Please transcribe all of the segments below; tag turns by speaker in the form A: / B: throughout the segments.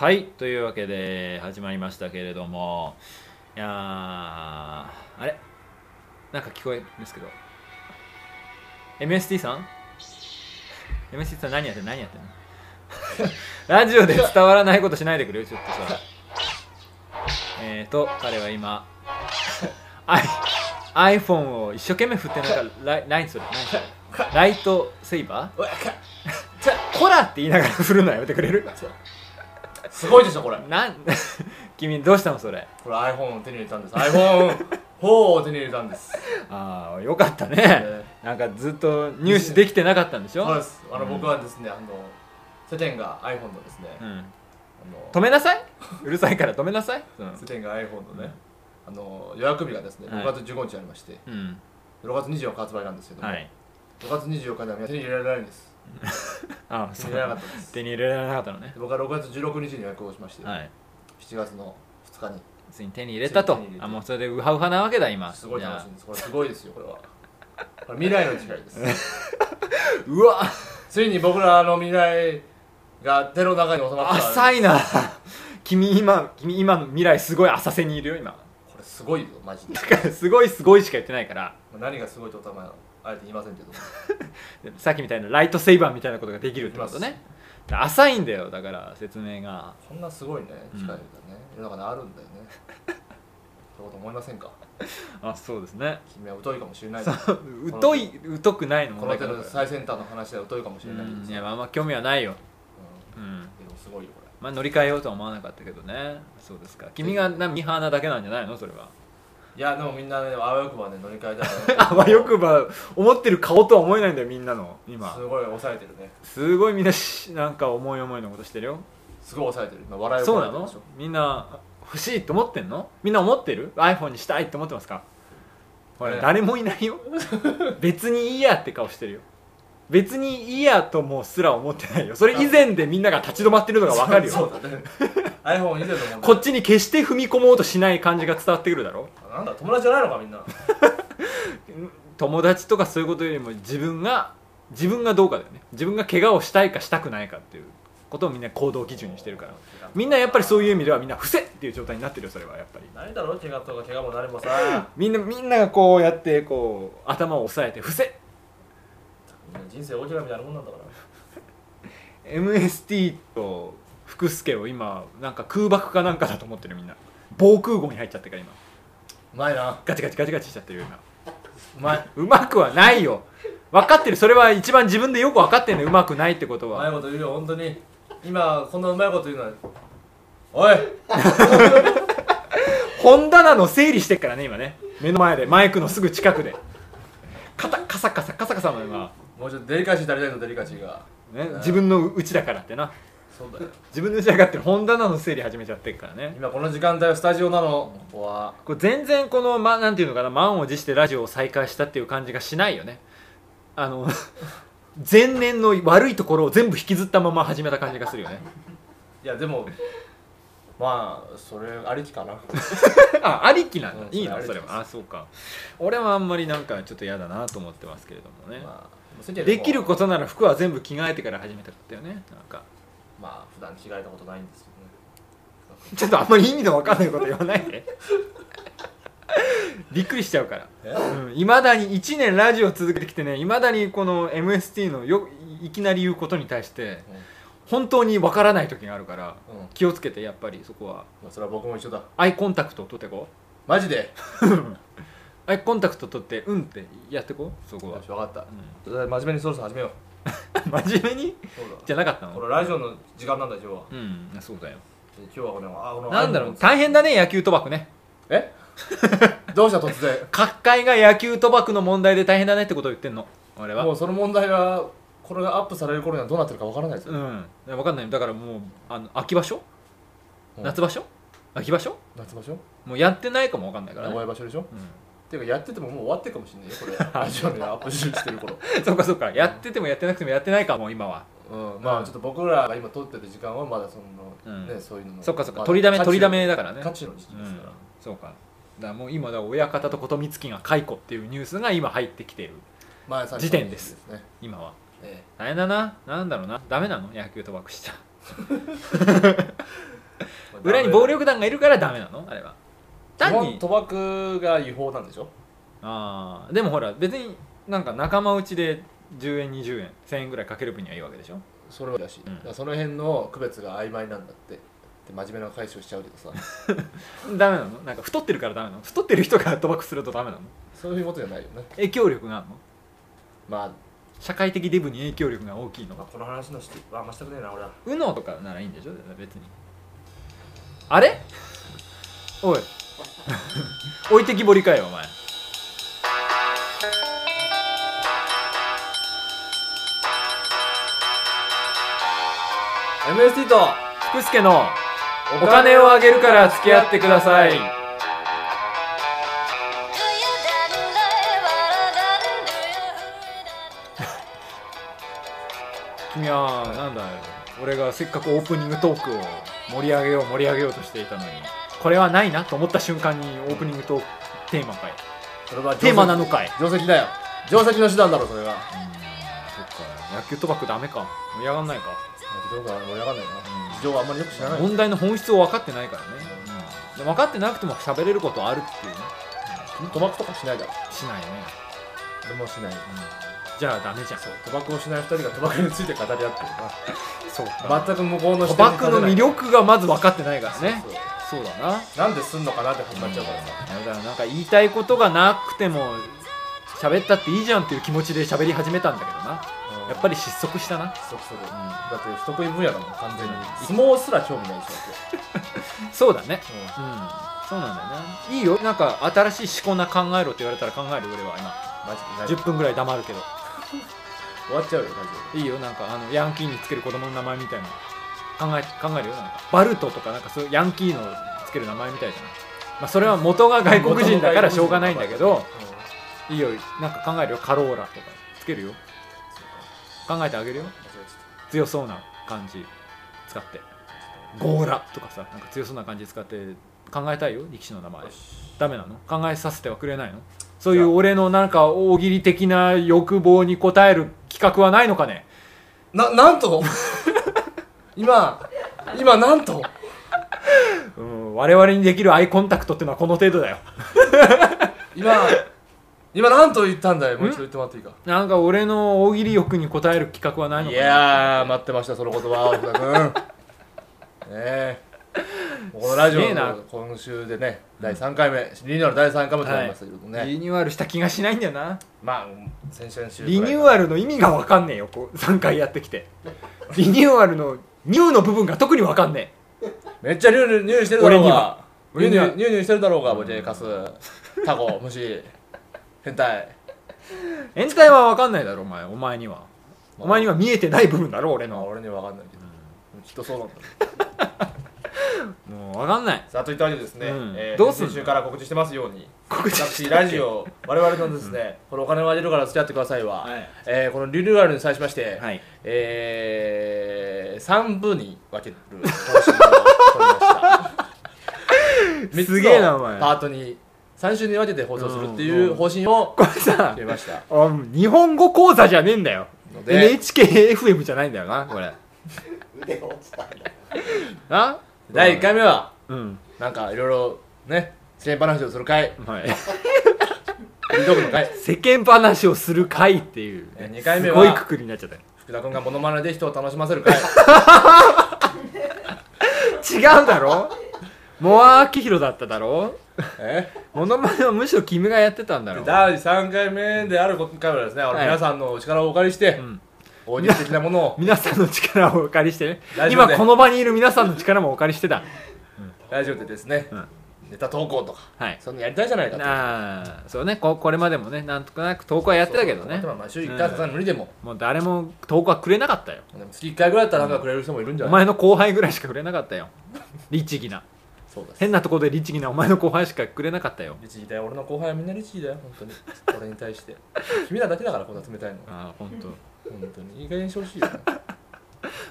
A: はいというわけで始まりましたけれどもいやーあれなんか聞こえるんですけど MST さん MST さん何やってんの何やってんの ラジオで伝わらないことしないでくれよちょっとさえーと彼は今 I- iPhone を一生懸命振ってなんかライ何それ何それライトセイバー
B: うわか
A: コラって言いながら振るのやめてくれる
B: すごいでしょこれ
A: なん 君どうしたのそれ
B: これ iPhone を手に入れたんです iPhone4 を手に入れたんです
A: ああよかったね、
B: え
A: なんかずっと入手できてなかったんでしょ、
B: そうですあの、
A: うん
B: 僕はですねあの世間が iPhone のですね、
A: う
B: あ
A: ん、止
B: の
A: めなさいうるさいから止めな さい、うん
B: 世間が iPhone のね、あの予約日がですね
A: はい
B: 6月15日ありまして、
A: うん、
B: 6月24日発売なんですけども、
A: はい
B: 6月24日には手に入れられないんです
A: ああ
B: 手
A: そ
B: に
A: う
B: 入れなかったんです
A: 手に入れられなかったのね
B: で僕は6月16日に予約をしまして、
A: はい
B: 7月の2日に
A: ついに手に入れたと
B: 手に入れて
A: あもうそれでウハウハなわけだ今
B: すごい楽しいん
A: じ
B: ですこれすごいですよこれはこれ未来の時代です
A: ゃあうわ
B: ついに僕らの未来が手の中に収まった
A: 浅いな君今君今の未来すごい浅瀬にいるよ今
B: これすごいよマジで
A: だからすごいすごいしか言ってないから
B: 何がすごいとはまああえて言いませんけど
A: さっきみたいなライトセイバーみたいなことができるってこと
B: で
A: ね浅いんだよだから説明が
B: こんなすごいね
A: うん
B: 機械がね、世の中にあるんだよねそういうこと思いませんか
A: あそうですね
B: 君は疎いかもしれない
A: う疎い疎くないの
B: こ
A: も
B: の
A: だけ
B: 手
A: ど
B: の最先端の話では疎いかもしれないけど
A: うん
B: さ
A: いやまあまあ興味はないよ、
B: う
A: うん、
B: んでもすごいよこれ
A: まあ乗り換えようとは思わなかったけどねそうですか君がなミーハーなだけなんじゃないのそれは
B: いやでもみんなねあわよくばね乗り換えたら
A: あわよくば思ってる顔とは思えないんだよみんなの今
B: すごい抑えてるね
A: すごいみんなしなんか思い思いのことしてるよ
B: すごい抑えてる今笑いを
A: そう
B: 抑
A: な
B: えてる
A: の
B: でしょ
A: みんな欲しいと思ってんのみんな思ってる iPhone にしたいって思ってますかほら
B: ね
A: 誰もいない よ別にいいやって顔してるよ別にいいやともすら思ってないよそれ以前でみんなが立ち止まってるのが分かるよ
B: そうそうだね iPhone 以前の問題
A: こっちに決して踏み込もうとしない感じが伝わってくるだろ
B: なんだ友達じゃないのかみんな
A: 友達とかそういうことよりも自分が自分がどうかだよね自分が怪我をしたいかしたくないかっていうことをみんな行動基準にしてるからみんなやっぱりそういう意味ではみんな伏せっていう状態になってるよそれはやっぱり
B: 何だろう怪我とか怪我も何もさ
A: みんなみんながこうやってこう頭を押さえて伏せ
B: みんな人生大怪我みたいなもんなんだから
A: MST と福助を今なんか空爆かなんかだと思ってるみんな防空壕に入っちゃってから今
B: うまいな
A: ガチガチガチガチしちゃってるよ今
B: うまいう
A: まくはないよ分かってるそれは一番自分でよく分かってんのうまくないってこと
B: うまい
A: は
B: こと言うよ本当に今こんなうまいこと言うのはおい
A: 本棚の整理してっからね今ね目の前でマイクのすぐ近くでカタカサカサカサカサの今、
B: もうちょっとデリカシー足りないのデリカシーが
A: ね、自分のうちだからってな
B: そうだよ
A: 自分のうちだからって本棚の整理始めちゃってっからね
B: 今この時間帯はスタジオなのここは
A: これ全然この、ま、なんていうのかな満を持してラジオを再開したっていう感じがしないよねあ の前年の悪いところを全部引きずったまま始めた感じがするよね
B: いやでもまあそれありきかな
A: あありきなんだ
B: うん
A: いいの
B: そ
A: そ
B: れありき
A: れ
B: です
A: はあそうか俺はあんまりなんかちょっと嫌だなと思ってますけれどもね、
B: まあ世間も
A: できることなら服は全部着替えてから始めたかったよねなんか
B: まあ普段着替えたことないんですけどね
A: ちょっとあんまり意味のわかんないこと言わないで びっくりしちゃうから
B: え
A: いま、未だに1年ラジオ続けてきてねいまだにこの MST のよいきなり言うことに対して本当にわからない時があるから
B: うん、うん
A: 気をつけてやっぱりそこは
B: まあ、それは僕も一緒だ
A: アイコンタクトを取ってこう
B: マジで
A: アイコンタクト取ってうんってやってこうそこは
B: よし、分かった
A: う
B: それで真面目にそろそろ始めようん
A: 真面目に
B: そうだ
A: じゃなかったの
B: これラジオの時間なんだ今日は
A: うんそうだよ
B: 今日はこれあこの
A: なんだろう大変だね野球賭博ね
B: え どうした突然
A: 各界が野球賭博の問題で大変だねってことを言ってんの俺は
B: もうその問題がこれがアップされる頃にはどうなってるかわからないですよ、
A: うん分かんないだからもうあの秋場所
B: うん
A: 夏場所秋場所
B: 夏場所
A: もうやってないかも分かんないから
B: 名
A: ね、
B: 古屋場所でしょ、っ
A: う
B: ていうかやっててももう終わってるかもしれないよこ れラジオでアップしてる頃
A: ん、そうかそうかやっててもやってなくてもやってないかも今は
B: うんまあちょっと僕らが今撮ってる時間はまだその、
A: うん
B: ねそういうのの
A: そっかそっか
B: まあ
A: 取りだめ
B: 価値
A: 取りだめだからね
B: 価値の時期
A: う
B: です
A: ん
B: から、
A: そうかだからもう今だから親方と琴光が解雇っていうニュースが今入ってきている
B: まあ最初の
A: 時点です
B: ね
A: 今は
B: え
A: 大変だななんだろうなダメなの野球賭博しちゃ 裏に暴力団がいるからダメなのあれは単に
B: 賭博が違法なんでしょ
A: ああでもほら別になんか仲間内で10円20円1000円ぐらいかける分にはいいわけでしょ
B: それはだし、
A: うん
B: だからその辺の区別が曖昧なんだってで真面目な解消しちゃうけどさ
A: ダメなのなんか太ってるからダメなの太ってる人が賭博するとダメなの
B: そういうことじゃないよね
A: 影響力があるの
B: まあ、
A: 社会的デブに影響力が大きいの
B: この話のしてあんましたくねえな俺は
A: UNO とかならいいんでしょ別にあれおい 置いてきぼりかよお前
B: と
A: 福助のお金をあげるから付き合ってください君はなんだよ俺がせっかくオープニングトークを盛り上げよう盛り上げようとしていたのにこれはないなと思った瞬間にオープニングトークテーマかい
B: それは定石
A: テーマなのかい
B: 定石だよ定石の手段だろそれが
A: うーんそっか野球賭博ダメか盛り上がんないか
B: どうか盛り上がんないな
A: うん
B: 事情はあんまりよく知らない
A: 問題の本質を分かってないからね、で分かってなくても喋れることあるっていうね
B: 賭博とかしないだろ
A: しないね、
B: 俺もしない
A: じゃあダメじゃん
B: そう賭博をしない二人が賭博について語り合ってる
A: そう
B: な全く向こうの
A: 賭
B: 視点に立
A: 博
B: てない
A: の魅力がまず分かってないからね
B: そ
A: そ
B: う
A: うだな
B: なんですんのかなって始まっちゃうからさ
A: だからなんか言いたいことがなくても喋ったっていいじゃんっていう気持ちで喋り始めたんだけどなやっぱり失速したな
B: りそうそう
A: うん
B: だって不得意分野だもん完全に
A: うん
B: 相撲すら興味ないでしょ
A: そうだね
B: だ
A: うんそうなんだよねいいよなんか新しい思考な考えろって言われたら考える俺は
B: ってマジで
A: 今10分ぐらい黙るけど
B: 終わっちゃうよマジで
A: いいよなんかあのヤンキーにつける子供の名前みたいな考え考えるよなんかバルトとかなんかそういうヤンキーのつける名前みたいじゃない、まあ、それは元が外国人だからしょうがないんだけどいいよなんか考えるよカローラとかつけるよ考えてあげるよ強そうな感じ使ってゴーラとかさなんか強そうな感じ使って考えたいよ力士の名前ダメなの考えさせてはくれないのそういう俺のなんか大喜利的な欲望に応える企画はないのかね
B: ななんと今今なんと
A: うん、我々にできるアイコンタクトっていうのはこの程度だよ
B: 今今なんと言ったんだよもう一度言ってもらっていいか
A: なんか俺の大喜利欲に応える企画はないの
B: い
A: かな
B: やー待ってましたその言葉を福田 君ねえもうこのラジ
A: すげえな
B: オ今週でね第3回目リニューアル第3回目となりましたけどもね、
A: リニューアルした気がしないんだよな
B: まあ先々週
A: リニュー
B: ア
A: アルの意味が分かんねえよこう3回やってき てリニューアルの「ニュー」の部分が特に分かんね
B: ルめっちゃニューニューニューしてるだろうがニュ
A: 俺
B: ー
A: に
B: ニ
A: は
B: ューニューニューしてるだろうがボケカス タコ虫変態
A: え変態は分かんないだろお前お前にはお前には見えてない部分だろ俺
B: まあ
A: の
B: 俺には分かんないけど、きっとそうなんだ
A: もう分かんない
B: さあといったわけでですね、
A: うん
B: えー
A: どうすんの
B: 先週から告知してますように
A: 告知
B: 私ラジオ我々のですね、このお金をあげるから付き合ってくださいは、
A: はい
B: えーこのリニューアルに際しまして、
A: はい
B: えー、3部に分ける方針を取りました 3
A: すげえなお前
B: パートに3週に分けて放送するって
A: うん
B: いううん方針を
A: これさ
B: 決めました
A: あ日本語講座じゃねえんだよ
B: ので
A: NHKFM じゃないんだよなこ れ な
B: 第1回目は
A: うん
B: なんかいろいろね世間話をする会
A: はい
B: フリートークの会
A: 世間話をする会っていう、
B: え二回目
A: す
B: は
A: ごいくくりになっちゃった
B: 福田君がモノマネで人を楽しま せる会
A: 違うだろモア・アキヒロだっただろ
B: え
A: モノマネはむしろ君がやってたんだろ
B: 第3回目であることからですね、あの
A: はい
B: 皆さんのお力をお借りして、
A: ん
B: オーディオ的なものを
A: 皆さんの力をお借りしてね
B: 大丈夫
A: 今
B: ね
A: この場にいる皆さんの力もお借りしてた
B: ラジオでですね、
A: うん
B: ネタ投稿とか
A: はい
B: そんなやりたいじゃないかと
A: ああそうねここれまでもねなんとなく投稿はやってたけどね
B: そうまあまあ週1回とか無理でも、
A: もう誰も投稿はくれなかったよ
B: でも月1回ぐらいだったらなんかくれる人もいるんじゃ
A: お
B: な
A: 前
B: い、
A: の後輩ぐらいしかくれなかったよ律儀な
B: そうです
A: 変なところで律儀なお前の後輩しかくれなかったよ
B: 律儀だよ俺の後輩はみんな律儀だよ本当に俺に対して君らだけだからこんな冷たいの
A: ああ本当。
B: 本当にいい加減にしてほしいよ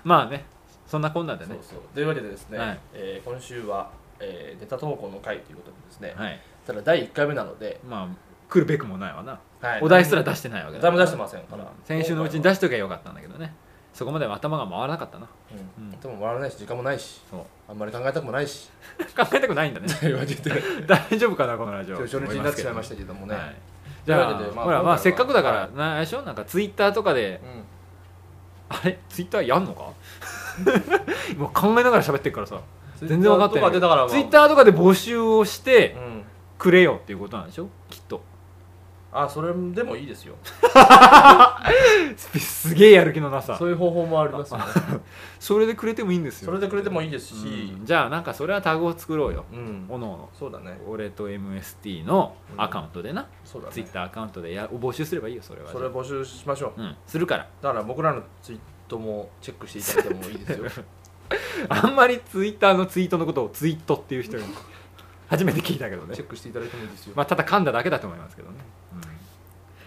A: まあねそんなこんなんで
B: そう
A: ね
B: そうというわけでですね、
A: はい
B: えー今週は、えーネタ投稿の回ということでですね、
A: はい
B: ただ第1回目なので、
A: まあ来るべくもないわな
B: はい
A: お題すら出してないわけ
B: お
A: だ
B: 題も出してませんから
A: 先週のうちに出しときゃよかったんだけどねそこまでは頭が回らなかったな
B: うん
A: うん
B: でも回らないし時間もないし
A: そう
B: あんまり考えたくもな いし
A: 考えたくないんだね
B: 言われて
A: 大丈夫かなこのラジ
B: ち
A: オ
B: ょっと初日になってしまいましたたけどもね、
A: はい、じゃあ
B: というわけでまあ
A: ほらまあせっ
B: 今回
A: か
B: は
A: くだから、なあれでしょなんかツイッターとかで
B: うん
A: あれツイッターやんのか 今考えながら喋ってるからさ全然分かってない
B: ツイッターとかでだからまあ
A: ツイッターとかで募集をして
B: うん
A: くれよっていうことなんでしょきっと
B: あそれでもいいですよ
A: すすげえやる気のなさ
B: そういう方法もありますよね
A: それでくれてもいいんですよ
B: それでくれてもいいですし
A: うんじゃあなんかそれはタグを作ろうよ
B: うん、
A: おのおの
B: そうだね
A: 俺と MST のアカウントでな、
B: そうだね
A: ツイッターアカウントでや募集すればいいよそれは
B: それ募集しましょう
A: うんするから
B: だから僕らのツイートもチェックしていただいてもいいで すよ
A: あんまりツイッターのツイートのことをツイートっていう 人に初めて聞いたけどね
B: チェックしていただいてもいいですよ、
A: まあただ噛んだだけだと思いますけどね、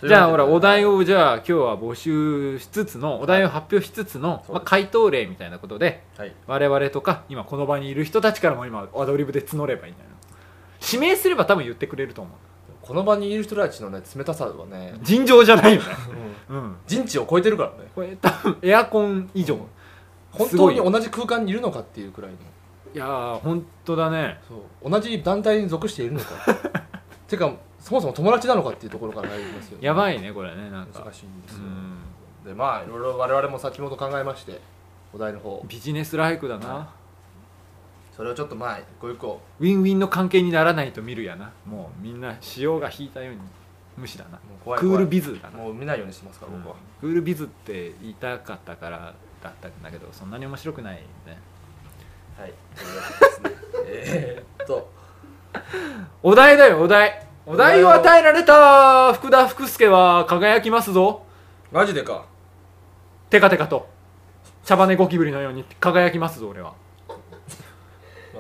B: というわけで
A: じゃあほらお題をじゃあ今日は募集しつつのお題を発表しつつの、
B: そうです
A: まあ、回答例みたいなことで
B: はい
A: 我々とか今この場にいる人たちからも今アドリブで募ればいいんだよな指名すれば多分言ってくれると 思う
B: この場にいる人たちのね冷たさはね、
A: 尋常じゃないよね
B: うん
A: うん
B: 人知を超えてるからね
A: これ多分エアコン以上
B: 本
A: すご
B: 当
A: い
B: に同じ空間にいるのかっていうくらいの
A: いやー本当だね
B: そう同じ団体に属してい るのかてかそもそも友達なのかっていうところから入りますよ、ね、
A: やばいねこれねなんか
B: 難しいんです
A: う
B: よ
A: ん
B: でまあいろいろ我々も先ほど考えましてお題の方
A: ビジネスライクだな
B: それをちょっとまあ一個一個
A: ウィンウィンの関係にならないと見るやなもうみんな潮が引いたように無視だな
B: もう怖い
A: ク
B: 怖
A: ー
B: い
A: ルビズだな
B: もう見ないようにしてますから
A: うん
B: 僕は、
A: クールビズって言いたかったからだったんだけどそんなに面白くないね
B: はいというわけでですねえーっと
A: お題だよお題お題を
B: お題を
A: 与えられた福田福助は輝きますぞ
B: マジでか
A: テカテカと茶羽ゴキブリのように輝きますぞ俺は
B: ま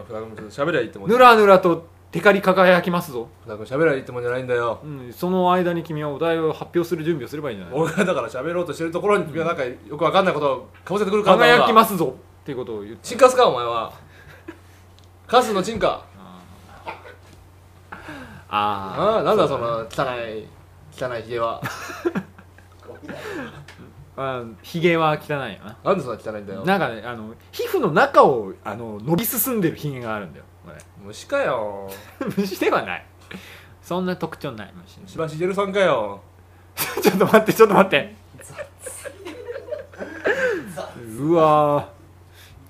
B: あ、福田君もちょっと喋りゃいいってもんじ
A: ぬ
B: ゃ
A: らぬらとテカリ輝きますぞ、
B: 福田君喋りゃいいってもんじゃないんだよ
A: うん、その間に君はお題を発表する準備をすればいいんじゃない
B: 俺がだから喋ろうとしてるところに君はなんかよくわかんないことをかぶせてくるから
A: 輝きますすぞっていうことを言って
B: チンカスかお前はカスのチンカ
A: あ
B: ああなんだその汚い汚いひげは
A: あひげは汚いよな
B: なんでそんな汚いんだよ
A: なんかねあの皮膚の中をあの伸び進んでるひげがあるんだよこれ
B: 虫かよ
A: 虫ではないそんな特徴ない虫
B: 石橋ひげるさんかよ
A: ちょっと待ってちょっと待ってうわー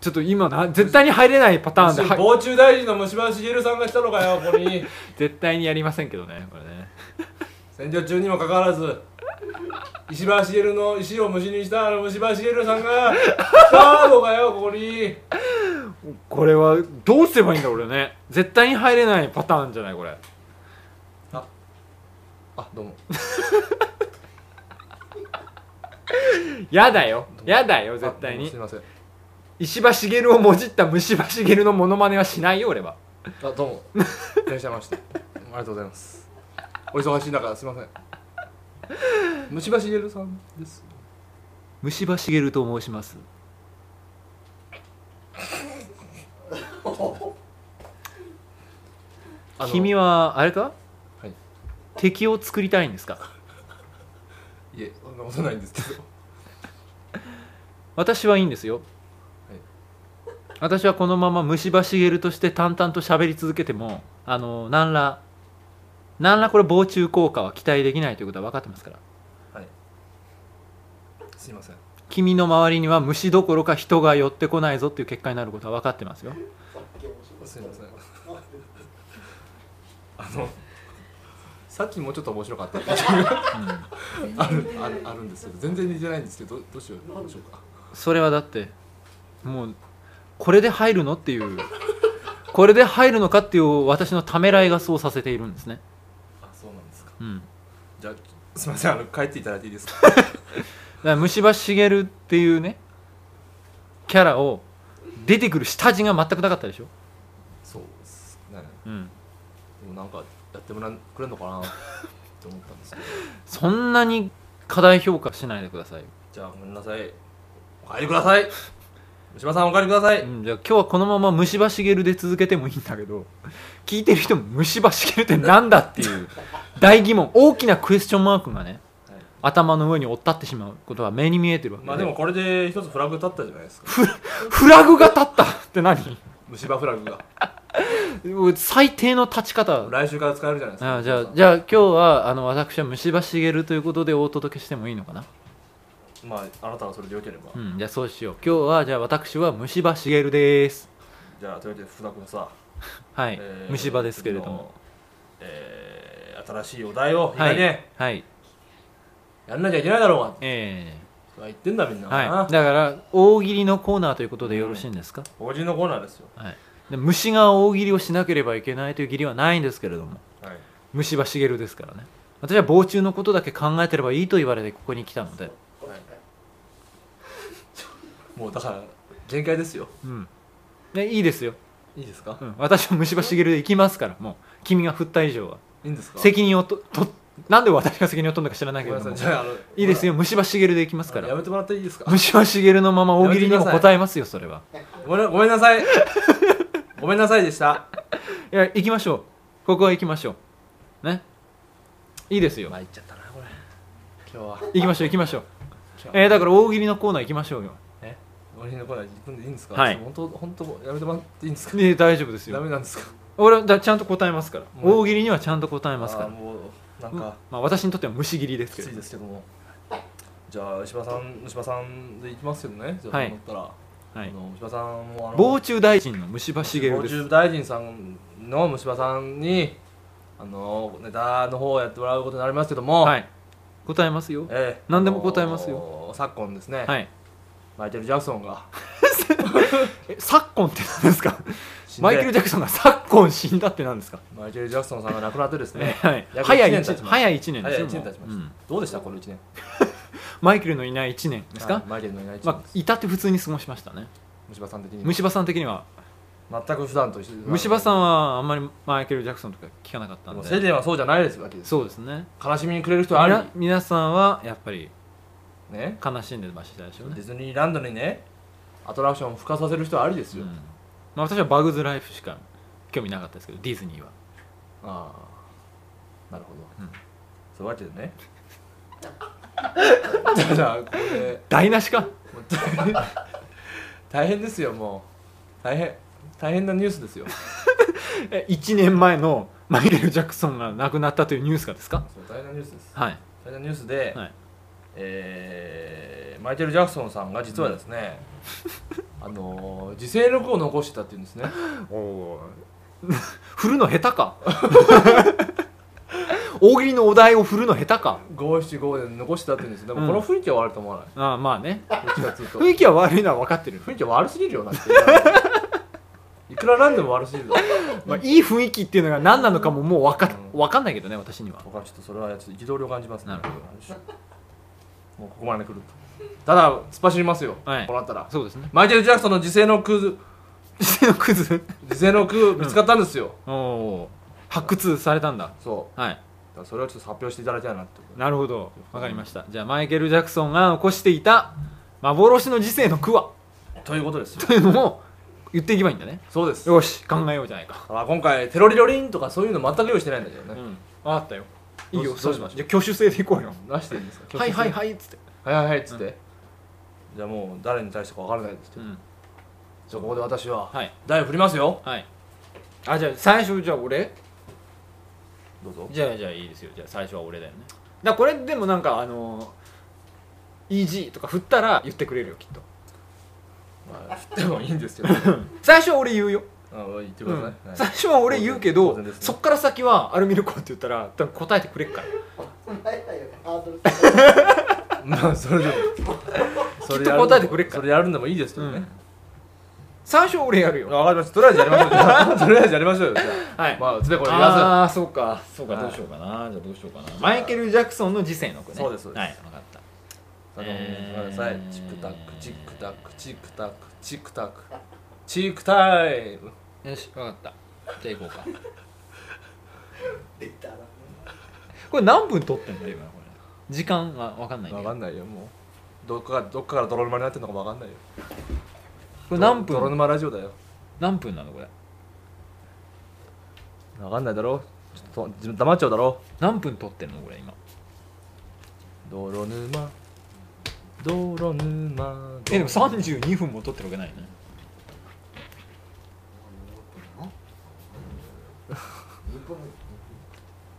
A: ちょっと今な絶対に入れないパターンでは
B: 防虫大臣の虫歯しげるさんが来たのかよここに
A: 絶対にやりませんけどねこれね
B: 戦場中にもかかわらず石破茂の石を虫にしたあの虫歯しげるさんが来たのかよここに
A: これはどうすればいいんだ俺ね絶対に入れないパターンじゃないこれ
B: あどうも
A: やだよやだよ絶対
B: あどうも
A: に
B: すいません
A: 石破茂をもじった虫歯茂のモノマネはしないよ俺は
B: あどうもいらっしゃいましたありがとうございますお忙しい中すいません虫歯しげるさんです
A: 虫歯茂と申します
B: あの
A: 君はあれか、
B: はい
A: 敵を作りたいんですか
B: いえそんなことないんですけど
A: 私はいいんですよ、私はこのまま虫歯茂として淡々と喋り続けてもあの何ら何らこれ防虫効果は期待できないということは分かってますから
B: はいすいません
A: 君の周りには虫どころか人が寄ってこないぞっていう結果になることは分かってますよ
B: すいませ んあのさっきもうちょっと面白かったっていう あるあるあるんですけど全然似てないんですけどどどうしようどうしようか
A: それはだってもうこれで入るのっていうこれで入るのかっていう私のためらいがそうさせているんですね
B: あそうなんですか
A: うん
B: じゃあすいませんあの帰っていただいていいですか
A: だから虫歯茂っていうねキャラを出てくる下地が全くなかったでしょ、
B: そうですね
A: うん、
B: でもなんかやってもらくれるのかなって思ったんですけど
A: そんなに過大評価しないでくださいよ、
B: じゃあごめんなさいお帰りください虫歯さんお帰りください
A: うん、じゃあ今日はこのまま虫歯茂で続けてもいいんだけど聞いてる人も虫歯茂ってなんだっていう大疑問大きなクエスチョンマークがね頭の上に追ったってしまうことは目に見えてるわけ
B: まあでもこれで一つフラグ立ったじゃないですか
A: フラグが立ったって何
B: 虫歯フラグが
A: 最低の立ち方
B: 来週から使えるじゃないですか
A: あじゃあじゃあ今日はあの私は虫歯茂ということでお届けしてもいいのかな
B: まああなたはそれでよければ、
A: うんじゃあそうしよう今日はじゃあ私は虫歯茂です
B: じゃあというわけで福田君さ、
A: はい、
B: えー
A: 虫歯ですけれども、
B: えー新しいお題を意
A: は
B: 外
A: い、
B: にね
A: はい
B: やんなきゃいけないだろうが
A: え
B: とか言ってんだみんな
A: ー
B: はな、
A: はい、だから大喜利のコーナーということでよろしいんですか、
B: 法人のコーナーですよ
A: はい、で虫が大喜利をしなければいけないという義理はないんですけれども
B: はい
A: 虫歯茂ですからね私は防虫のことだけ考えてればいいと言われてここに来たので、
B: もうだから限界ですよ
A: うん、でいいですよ、
B: いいですか
A: うん、私は虫歯茂で行きますからもう君が振った以上はい
B: いんですか
A: 責任をととなんで私が責任を取るのか知らない
B: ご
A: け
B: めん
A: れ
B: な
A: ど
B: さ
A: も
B: いじゃああの
A: いいですよ虫歯茂で行きます
B: あ
A: か
B: のや
A: ら
B: めてもらっていいですか
A: 虫歯茂のまま大喜利にも答えますよそれは
B: ごめんごめんなさいごめんなさいで した
A: いや行きましょうここは行きましょうねいいですよ
B: まあいっちゃったなこれ今日は
A: 行きましょう行きましょう
B: 今日は
A: えー、だから大喜利のコーナー行きましょうよ
B: え俺のコーナー行くんでいいんですか
A: はい
B: 本当本当やめてもらっていいんですか
A: いや大丈夫です
B: ダ
A: よ
B: メなんですか
A: 俺はだちゃんと答えますから、
B: うん
A: 大喜利にはちゃんと答えますから
B: あーもうなん
A: うん
B: か
A: まあ、私にとっては虫切りです
B: き
A: け
B: つい
A: ど
B: ですけどもじゃあ牛場さん牛場さんで行きますけどねじゃあ
A: はい
B: そうなったら
A: は
B: あ
A: い
B: の牛場さんもあの
A: 防虫大臣の虫歯茂
B: 防
A: です
B: 虫大臣さんの虫歯さんにあのネタの方をやってもらうことになりますけども、
A: はい答えますよ
B: ええ
A: 何でも答えますよ
B: あの昨今ですね、
A: はい
B: マイケル・ジャクソンが
A: え昨今って何ですか
B: 死んで
A: マイケル・ジャクソンが昨今死んだって何ですか、
B: マイケル・ジャクソンさんが亡くなってです
A: え
B: ね
A: はい、
B: 約
A: 早い
B: 一
A: 1
B: 年経
A: 年
B: ちました
A: 早い一年です
B: 早い
A: よ
B: 1年経ち
A: も
B: ま
A: う
B: した、
A: うん
B: どうでしたこの1年
A: マイケルのいない1年ですか、
B: はいマイケルのいない1
A: まあ、
B: 年
A: いたって普通に過ごしましたね
B: 虫歯さん的に
A: 虫歯さん的には
B: 全く普段と一緒
A: 虫歯さん
B: は
A: はあんまりマイケル・ジャクソンとか聞かなかったん
B: 世
A: で
B: 間はそうじゃないですわけです
A: そうですね
B: 悲しみにくれる人はあ
A: み
B: り
A: な皆さんはやっぱり
B: ね
A: 悲しんでましたでしょう
B: デ
A: ね、
B: ィズニーランドにねアトラクションを付加させる人はありです
A: うん
B: よ、
A: まあ、私はバグズ・ライフしか興味なかったですけどディズニーは
B: ああなるほど、
A: うん
B: そういうわけでねじゃあじゃあこれで
A: 台無しか
B: もう大大変ですよもう大変大変なニュースですよ
A: え1年前のマイケル・ジャクソンが亡くなったというニュースがですか
B: そう大変なニュースです
A: はい
B: 大変なニュースで、
A: はい
B: えーマイケル・ジャクソンさんが実はですね、あのー、自制力を残してたっていうんですね
A: おお 振るの下手か 大喜利のお題を振るの下手か
B: 五七五で残してたっていうんですよで
A: う
B: も
A: ん
B: この雰囲気は悪いと思わない、
A: ああまあね
B: どっちかっていうと
A: 雰囲気は悪いのは分かってる、
B: 雰囲気悪すぎるよなっていくらなんでも悪すぎるだろ
A: まあ、いい雰囲気っていうのが何なのかももう分か
B: うん
A: 分かんないけどね私には
B: 僕はちょっとそれはちょっと憤りを感じますね
A: なるほ
B: もうここまで来るとただ突っ走りますよ、
A: はい
B: こうなったら
A: そう ですね
B: マイケル・ジャクソンの自制の句
A: 自制のクズ
B: 自制の句見つかったんですよ、
A: おお発掘されたんだ
B: そう
A: はい
B: だからそれをちょっと発表していただきたいなってこと
A: なるほど分かりましたじゃあマイケル・ジャクソンが残していた幻の時世の句は
B: ということですよ
A: というのを言っていけばいいんだね
B: そうです
A: よし考えようじゃないか、
B: あ今回テロリロリンとかそういうの全く用意してないんだけど
A: う
B: ね、
A: ん、分かったよいいよ
B: どうしどうしましょう
A: じゃあ挙手制でいこうよ
B: 出していいんですか
A: はいはい
B: は
A: はいっつって、
B: いはいはいっつって、じゃあもう誰に対してか分からないですけ
A: う
B: ど、
A: ん、
B: じゃあここで私は
A: はい
B: 台を振りますよ
A: はいあじゃあ最初じゃあ俺
B: どうぞ
A: じゃあじゃあいいですよじゃあ最初は俺だよねだからこれでもなんかあのー、EG とか振ったら言ってくれるよきっと
B: まあ振ってもいいん ですけどね
A: 最初は俺言うよ、
B: あ言ってく
A: う
B: ださい、
A: ん
B: はい
A: 最初は俺言うけ
B: 当
A: ど、
B: 然ですね
A: そっから先はアルミルコって言ったら多分答えてくれっから
B: まあそれでも そ
A: きっと答えてくれっから
B: それやるんでもいいですけど
A: う
B: ね
A: ん、最初は俺やるよ
B: わかりま したとりあえずやりましょうじゃあとりあえずやりましょうよじゃ
A: は
B: あ
A: い、
B: まあつべこれ言わ
A: ああそうかそうか
B: はい
A: どうしようかなじゃあどうしようかなマイケル・ジャクソンの時世の句ね
B: そうですそうです
A: はい分かった
B: ず頼
A: えー
B: むくださいチクタクチクタクチクタクチクタクチクタイム
A: よし分かったじゃあ行こうかこれ何分撮ってんだ今これ時間が分かんないんだ
B: わ
A: け
B: か
A: ど
B: んないよもうどっかどっかから泥沼になってんのかもわかんないよ
A: これ何
B: 泥
A: 分
B: 沼ラジオだよ
A: 何分なのこれ
B: わかんないだろちょっとと黙っちゃうだろ
A: 何分撮ってんのこれ今
B: 泥沼泥沼
A: えでも32分も撮ってるわけないね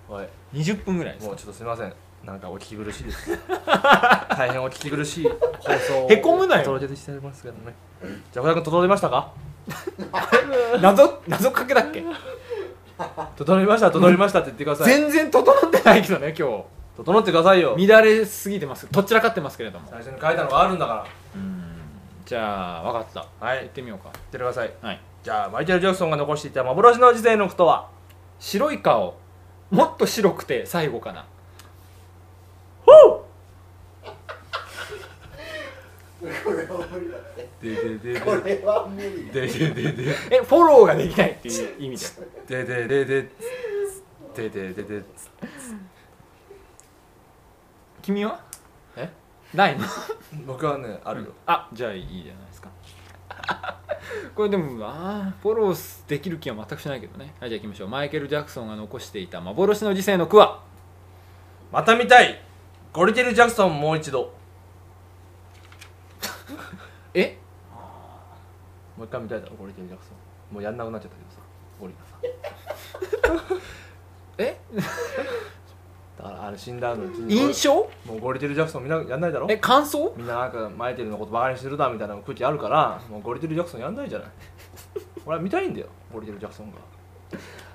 B: はい
A: 20分ぐらいです
B: も
A: か
B: うちょっとすみませんなんかお聞き苦しいです 大変お聞き苦しい放送を
A: へこむなよ
B: お届けしておりますけどねじゃあ小田君整いましたか
A: 謎謎かけだっけ
B: 整いました整いましたって言ってください
A: 全然整ってないけどね今
B: 整ってくださいよ
A: 日乱れすぎてますどちらかってますけれども
C: 最初に書いたのがあるんだから
A: じゃあ分かった
B: はい
A: 行ってみようか
B: 言ってください
A: はい
B: じゃあマイケル・ジャクソンが残していた幻の時世のことは
A: 白い顔もっと白くて最後かな
B: でででで
D: これは無理だ
B: でででで
A: えフォローができないっていう意味で
B: でででででででで
A: 君は
B: え
A: ないの
B: 僕はねあるよ
A: あじゃあいいじゃないですか これでもあーフォローできる気は全くしないけどねはいじゃあ行きましょうマイケル・ジャクソンが残していた幻の時世の句は
B: また見たいゴリテル・ジャクソンもう一度
A: え
B: もう一回見たいだろゴリテル・ジャクソンもうやんなくなっちゃったけどさゴリラさん
A: え
B: だからあの死んだ後に
A: 印象
B: もうゴリテル・ジャクソンみんなやんないだろ
A: え感想
B: みんななんかマイケルのことバカにしてるだみたいな空気あるからもうゴリテル・ジャクソンやんないじゃない俺は見たいんだよゴリテル・ジャクソンが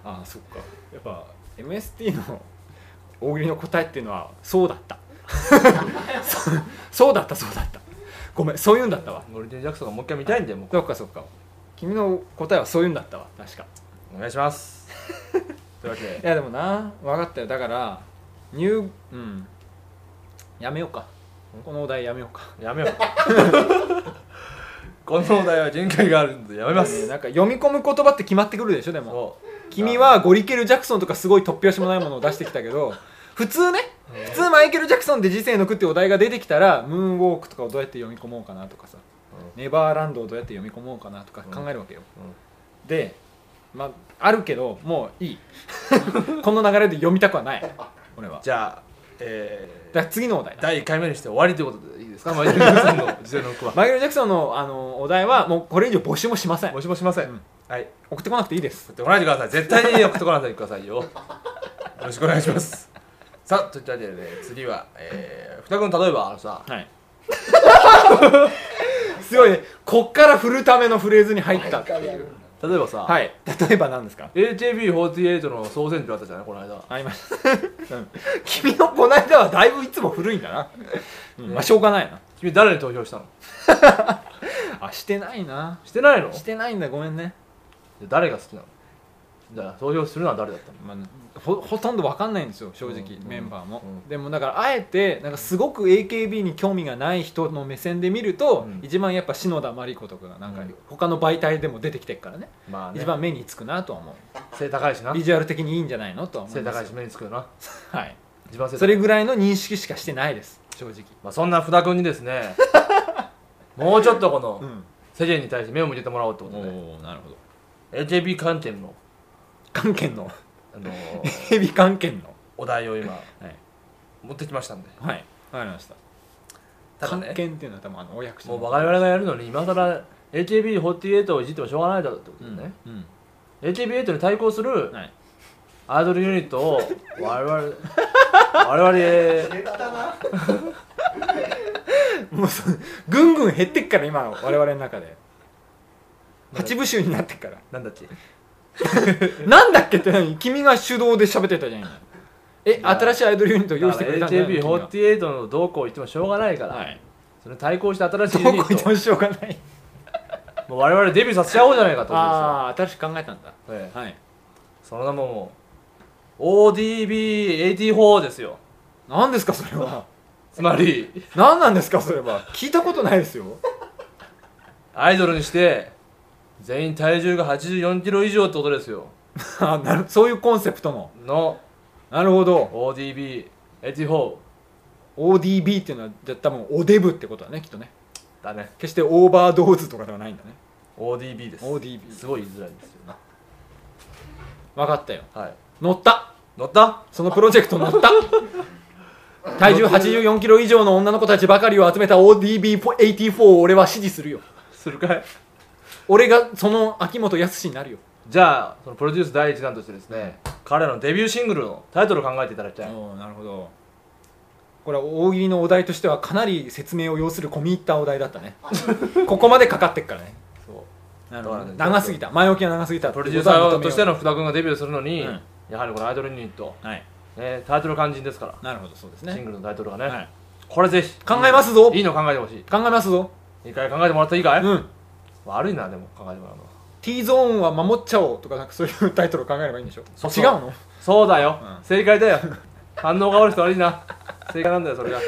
A: あーそっかやっぱ MST の大喜利の答えっていうのはそうだった そそうだったそうだったごめんそういうんだったわ
B: ゴリテル・ジャクソンがもう一回見たいんだよもう
A: そっかそっか君の答えはそういうんだったわ確か
B: お願いしますというわけ
A: い
B: で
A: やでもな分かったよだから入うんやめようかこのお題やめよう か
B: やめよう このお題は限界があるんでやめま
A: えー
B: す
A: なんか読み込む言葉って決まってくるでしょでも
B: そう
A: 君はゴリケル・ジャクソンとかすごい突拍子もないものを出してきたけど 普通ね普通マイケル・ジャクソンで「時世の句」ってお題が出てきたらムーンウォークとかをどうやって読み込もうかなとかさネバーランドをどうやって読み込もうかなとか考えるわけよ、でまああるけどもういい この流れで読みたくはない俺は
B: じゃあえー
A: だから次のお題だ
B: 第1回目にして終わりということでいい ですかマイケル・ジャクソンの時代の句は
A: マイケル・ジャクソンのあのお題はもうこれ以上募集もしません
B: もしもしません、
A: うん
B: はい
A: 送ってこなくていいです
B: 送ってこないでください絶対に送ってこないでくださいよよろしくお願いしますさあといったわけでね次はえー、二君例えばあのさ
A: はい すごいねこっから振るためのフレーズに入ったっていう
B: 例えばさ、
A: はい例えば何ですか
B: AKB48 の総選挙あったじゃないこの間
A: ありました、 うん君のこの間はだいぶいつも古いんだな、うん、まあしょうがないな
B: 君誰に投票したの
A: あしてないな
B: してないの
A: してないんだごめんね、
B: で誰が好きなのだから投票するのは誰だったの
A: まあ、ほほとんど分かんないんですよ正直、
B: うん
A: メンバーも、
B: うん
A: でもだからあえてなんかすごく AKB に興味がない人の目線で見ると、
B: うん
A: 一番やっぱ篠田麻里子とかがなんか
B: うん
A: 他の媒体でも出てきてるからね、
B: まあね
A: 一番目につくなとは思う
B: 背高いしな
A: ビジュアル的にいいんじゃないのとは思
B: 背
A: いま
B: 高い
A: す
B: し目につくよな
A: はい
B: 一番背高い
A: それぐらいの認識しかしてないです正直
B: まあ、そんな福田君にです ねもうちょっとこの
A: ん
B: 世間に対して目を向けてもらおうってことで
A: おなるほど
B: AKB 関係の、
A: 関係の
B: あのー
A: ヘビ関係の
B: お題を今
A: はい
B: 持ってきましたんで
A: はいわかりました
B: ただ
A: 関
B: ね
A: 係っていうのは多分あのお役所
B: も
A: の
B: う我々がやるのに今更 AKB48 をいじってもしょうがないだろうってこと
A: うん
B: でね、
A: うん、
B: AKB8 に対抗する
A: はい
B: アイドルユニット を我々我々
A: もうそ ぐんぐん減ってっから今の我々の中で八部集になってっから
B: なんだっけ
A: なんだっけって何君が主導で喋ってたじゃないえ新しいアイドルユニットを用意してくれたんじゃないの君が
B: AKB48 のどうこう言ってもしょうがないから、
A: はい
B: それに対抗して新し
A: ど
B: いユニ
A: こ行っ
B: ッ
A: て
B: トを
A: もしょうがない
B: もう我々デビューさせちゃおうじゃないかと思うん
A: ああー新しく考えたんだ
B: ですよ、ええ
A: はい
B: その名ももう ODB84 ですよ
A: 何ですかそれは
B: つまり
A: 何なんですかそれは聞いたことないですよ
B: アイドルにして全員体重が8 4キロ以上ってことですよ
A: あなるそういうコンセプトの
B: の
A: なるほど
B: ODB84
A: ODB っていうのはじゃあ多分おデブってことだねきっとね
B: だね
A: 決してオーバードーズとかではないんだね
B: ODB です
A: ODB
B: すごい言いづらいですよな
A: 分かったよ
B: はい
A: 乗った
B: 乗った
A: そのプロジェクト乗った体重8 4キロ以上の女の子たちばかりを集めた ODB84 を俺は支持するよ
B: するかい
A: 俺がその秋元康になるよ
B: じゃあそのプロデュース第一弾としてですね彼らのデビューシングルのタイトルを考えていただきたい
A: おなるほどこれは大喜利のお題としてはかなり説明を要する込み入ったお題だったねここまでかかってっからね
B: そう
A: な
B: るほどね
A: 長すぎた前置きが長すぎた
B: プロデューサーとして
A: の
B: の福田君がデビューするのに、
A: うん
B: やはりこのアイドルユニット、
A: はい
B: ね、タイトル肝心ですから、
A: なるほどそうです
B: シン
A: ね、
B: グルのタイトルがね、
A: はい、
B: これぜひ
A: 考えますぞ
B: いいの考えてほしい
A: 考えますぞ
B: 一回考えてもらっていいかい、
A: うん
B: 悪いなでも考えてもらうの
A: T ゾーンは守っちゃおうとかなんかそういうタイトルを考えればいいんでしょ
B: そうそう
A: 違うの
B: そうだよ、
A: うん
B: 正解だよ反応が悪い人悪いな正解なんだよそれが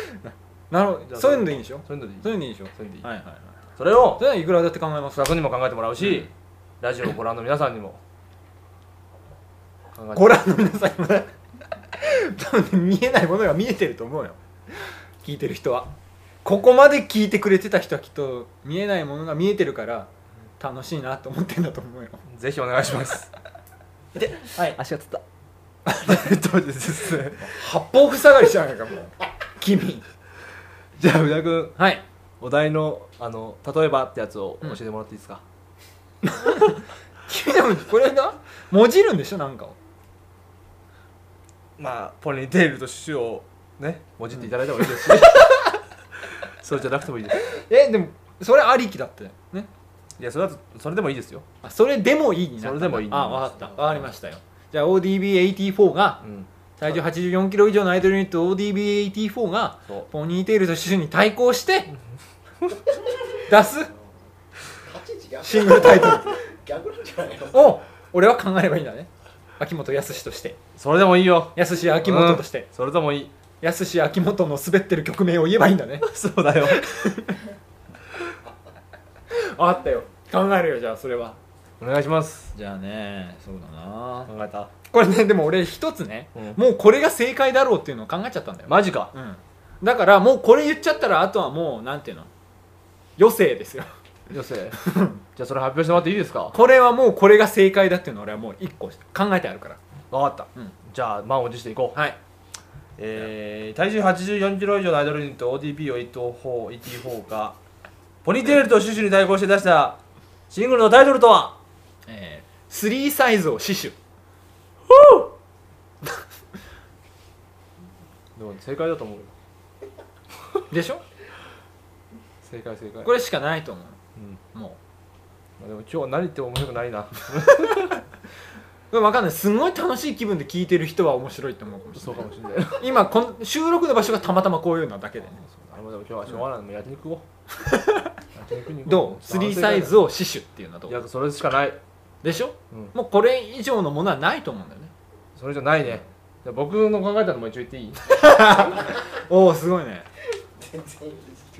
A: なるほ
B: じゃ
A: ど
B: あ
A: そういうのでいいんでしょ
B: そういうのでいい
A: そういうのでいいんでしょ
B: そういうのでいい
A: はいはいはい
B: それを
A: それはいくらだって考えます
B: 福田君にも考えてもらうし、ラジオをご覧の皆さんにも考 えて
A: ご覧の皆さんもね 多分ね見えないものが見えてると思うよ聞いてる人はここまで聞いてくれてた人はきっと見えないものが見えてるから楽しいなと思ってんだと思うよ
B: ぜひお願いします
A: で、はい、
B: 足がつった ということでですね
A: 八方塞がりじゃないかもう君
B: じゃあ福田君
A: はい
B: お題のあの例えばってやつを教えてもらっていいですか、
A: 君でもこれなもじるんでしょなんかを
B: まあポニーテールとシュシュをねもじっていただいてもいいですし、 そうじゃなくてもいいです
A: えでもそれありきだってね
B: いやそれだとそれでもいいですよ、
A: あそれでもいいになった
B: それでもいいにな
A: あ
B: り
A: 分
B: まし
A: かったた分かりましたよじゃあ ODB84 が
B: うん、
A: 体重8 4キロ以上のアイドルユニット ODB84 が
B: そう
A: ポニーテールとシュシュに対抗して出す
E: 立ち位置
A: シングルタイト
E: 逆逆なんじゃないの
A: ルを俺は考えればいいんだね秋元康として
B: それでもいいよ
A: 康秋元とし
B: うん
A: て
B: それでもいい
A: 康秋元の滑ってる曲名を言えばいいんだね
B: そうだよ
A: あったよ考えるよじゃあそれは
B: お願いします
A: じゃあねそうだな
B: 考えた
A: これねでも俺一つね、
B: うん
A: もうこれが正解だろうっていうのを考えちゃったんだよ
B: マジか
A: うん、だからもうこれ言っちゃったらあとはもうなんていうの余生ですよ
B: よせ じゃあそれ発表してもらっていいですか
A: これはもうこれが正解だっていうのを俺はもう一個考えてあるから
B: わかった、
A: うん
B: じゃあ満を持していこう、
A: はい
B: えー、体重8 4キロ以上のアイドルユニット ODB を84 84がポニーテールとシュシュに対抗して出したシングルのタイトルとは
A: えー、スリーサイズを死守
B: でも正解だと思うよ
A: でしょ
B: 正解正解
A: これしかないと思
B: うん
A: うも
B: まあ、でも今日何言っても面白くないな
A: う分かんないすごい楽しい気分で聞いてる人は面白いと思うかもし
B: そ
A: れ
B: う
A: な
B: か
A: い
B: もしれないあ
A: 今こん収録の場所がたまたまこういうのだけでね
B: でも今日はしょうがないので焼肉を焼肉に行こ
A: どうスリーサイズを死守っていうのはど
B: いや
A: う
B: それしかない、
A: でしょ
B: うん、
A: もうこれ以上のものはないと思うんだよね
B: それじゃないねじゃあ僕の考えたのも一応言っていい
A: おおすごいね
E: 全然いい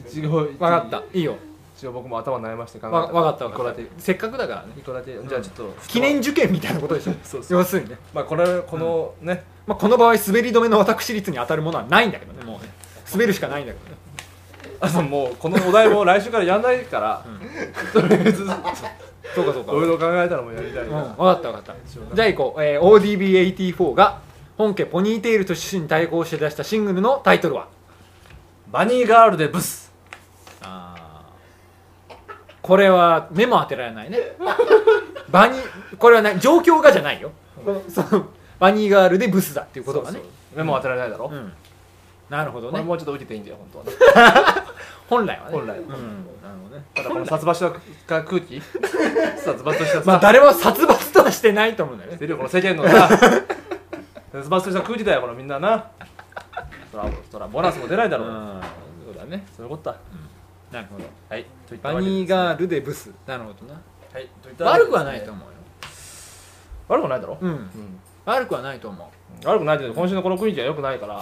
E: です
B: 一応分
A: 分かったいいよ
B: 一応僕も頭悩まして考え
A: わ分かった
B: 一個だ
A: 分か
B: け
A: ったせっかくだからね
B: 一個だけじゃあちょっと、
A: 記念受験みたいなことでしょ
B: そうそう
A: 要するにね、
B: まあこれこのね、
A: まあ、この場合滑り止めの私立に当たるものはないんだけどねもうね滑るしかないんだけどね
B: あのもうこのお題も来週からやんないから、とりあえず
A: そうかそうか、
B: 俺
A: うん、
B: の考えたのもやりたいな、
A: 分かった分かったじゃあ行こう、えー ODB84 が本家ポニーテールと趣旨に対抗して出したシングルのタイトルは
B: バニーガールでブス
A: あーこれは目も当てられないね バニこれはね状況がじゃないよこのそのバニーガールでブスだっていうことがね
B: そうそう目も当てられないだろ、
A: うんなるほど
B: これ
A: ね
B: もうちょっと受けていいんだよ本当は、ね、
A: 本来はね
B: 本来は
A: うんなるほどね
B: ただこの殺伐した空気 殺伐とした さ、
A: まあ誰も殺伐とはしてないと思うんだよね
B: 出るよこの世間の さ殺伐とした空気だよこのみんななそらそらボーナスも出ないだろう、
A: そうだね
B: そういうことだ
A: なるほど
B: はいといった
A: バ
B: わけで
A: ニーガールでブスなるほどな
B: はいといったわけ
A: 悪
B: で
A: くはないと思うよ
B: 悪くはないだろ、
A: うん、
B: うん
A: 悪くはないと思う
B: 悪くないけど今週のこの雰囲気は良くないから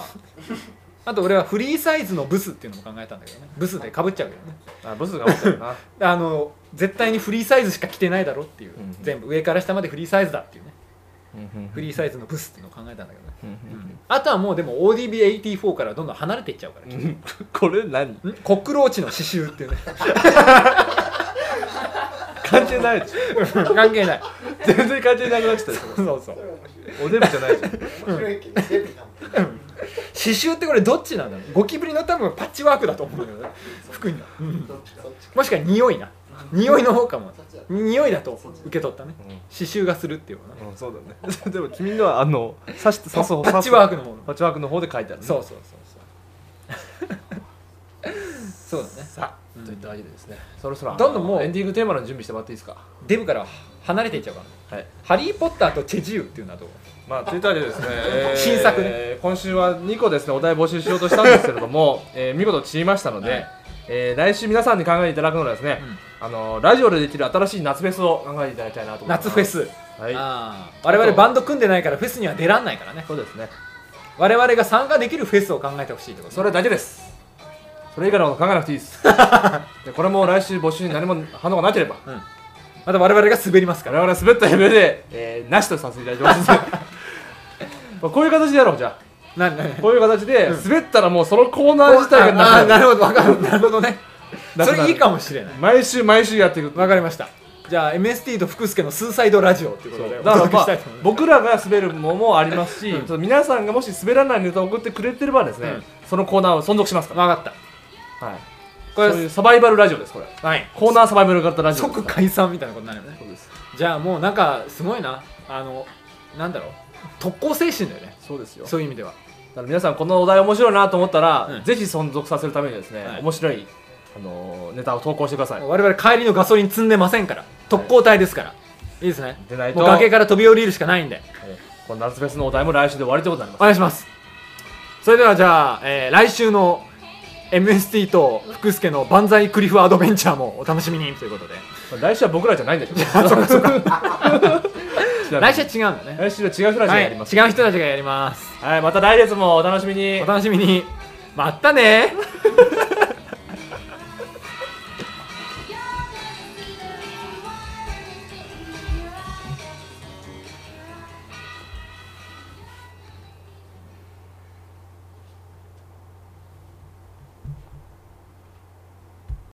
A: あと俺はフリーサイズのブスっていうのも考えたんだけどねブスでかぶっちゃうけどね
B: あブスが多ったよな
A: あの絶対にフリーサイズしか着てないだろっていう、
B: うん
A: 全部上から下までフリーサイズだっていうねフ
B: フリ
A: リーサイズのブスっていうのを考えたんだけどね、う
B: ー
A: んあとはもうでも ODB84 からどんどん離れていっちゃうから、
B: これ何
A: んコックローチの刺繍っていうね
B: 関係ないじ
A: 関係ない
B: ゃん全然関係なくなっちゃった
A: そ
B: よ
A: うそう
E: それ面白い
B: おデブじゃないじゃん
E: 面白いけどデブなんだよ
A: 刺繍ってこれどっちなんだろうゴキブリの多分パッチワークだと思うんだけどね服には、うん
E: どっちかそっちか
A: もしかに匂いな匂いの方かも
E: そっちだ
A: 匂いだと受け取ったね
B: うん
A: 刺繍がするっていうのはね
B: うん、そうだねでも君のはあの刺して刺そう
A: パッ
B: 刺
A: チ
B: す
A: ワークのもの
B: パッチワークの方で書いてある、ね、
A: そうそうそうそうそうだね
B: さあ、
A: うん
B: といったわけでですねそろそろ
A: どんどんもう
B: エンディングテーマの準備してもらっていいですか
A: デブから離れていっちゃうから、
B: はい
A: ハリー・ポッターとチェジウっていうのはどう
B: まあといったわけで ですね、
A: 新作ね
B: えー今週は2個ですねお題募集しようとしたんですけれど も、えー見事散りましたので、
A: はい
B: えー来週皆さんに考えていただくのはですね、あのラジオでできる新しい夏フェスを考えていただきたいなと思います
A: 夏フェス、
B: はい
A: あー我々バンド組んでないからフェスには出らんないからね
B: そうですね
A: 我々が参加できるフェスを考えてほしいってこと
B: それだけですそれ以外のこと考えなくていいです でこれも来週募集に何も反応がな ければ
A: また我々が滑りますから
B: 我々は滑った夢で、えーなしとさせていただきます まあこういう形でやろうじゃあ
A: ななな
B: こういう形で滑ったらもうそのコーナー自体がなく
A: あ
B: な
A: あ
B: る
A: なるほどわか るなるほどね
B: なく
A: そ
B: なる
A: れいいかもしれない
B: 毎週毎週やっていく
A: わかりましたじゃあ MST と福助のスーサイドラジオっていうことで
B: だ
A: お
B: から
A: 届け
B: ま
A: した
B: あ
A: いと思います
B: 僕らが滑るのもありますし、その皆さんがもし滑らないネタを送ってくれてればですね、
A: うん
B: そのコーナーを存続しますから、
A: わかった
B: はい、
A: これ
B: そういうサバイバルラジオですこれ
A: はい
B: コーナーサバイバル型ラジオです
A: 即解散みたいなことになるよね
B: そうです
A: じゃあもうなんかすごいなあのなんだろう特攻精神だよね
B: そうですよだか
A: そういう意味では
B: ら皆さんこのお題面白いなと思ったら、
A: うん
B: ぜひ存続させるためにですね、
A: はい
B: 面白い、あのーネタを投稿してください
A: 我々帰りのガソリン積んでませんから特攻隊ですから、い、いですね
B: でないと
A: もう崖から飛び降りるしかないんで
B: えーこの夏フェスのお題も来週で終わりということになり
A: お
B: ま、
A: 願いしますそれではじゃあ、えー来週の MST と福助の万歳クリフアドベンチャーもお楽しみにということです
B: 来週は僕らじゃないんだけ ど
A: 来週は違うんだね、
B: 来週は違う人たちが
A: はい、
B: や
A: 違
B: り
A: う
B: ます、
A: 人たちがやります
B: はい、また来月もお楽しみに
A: お楽しみにまたね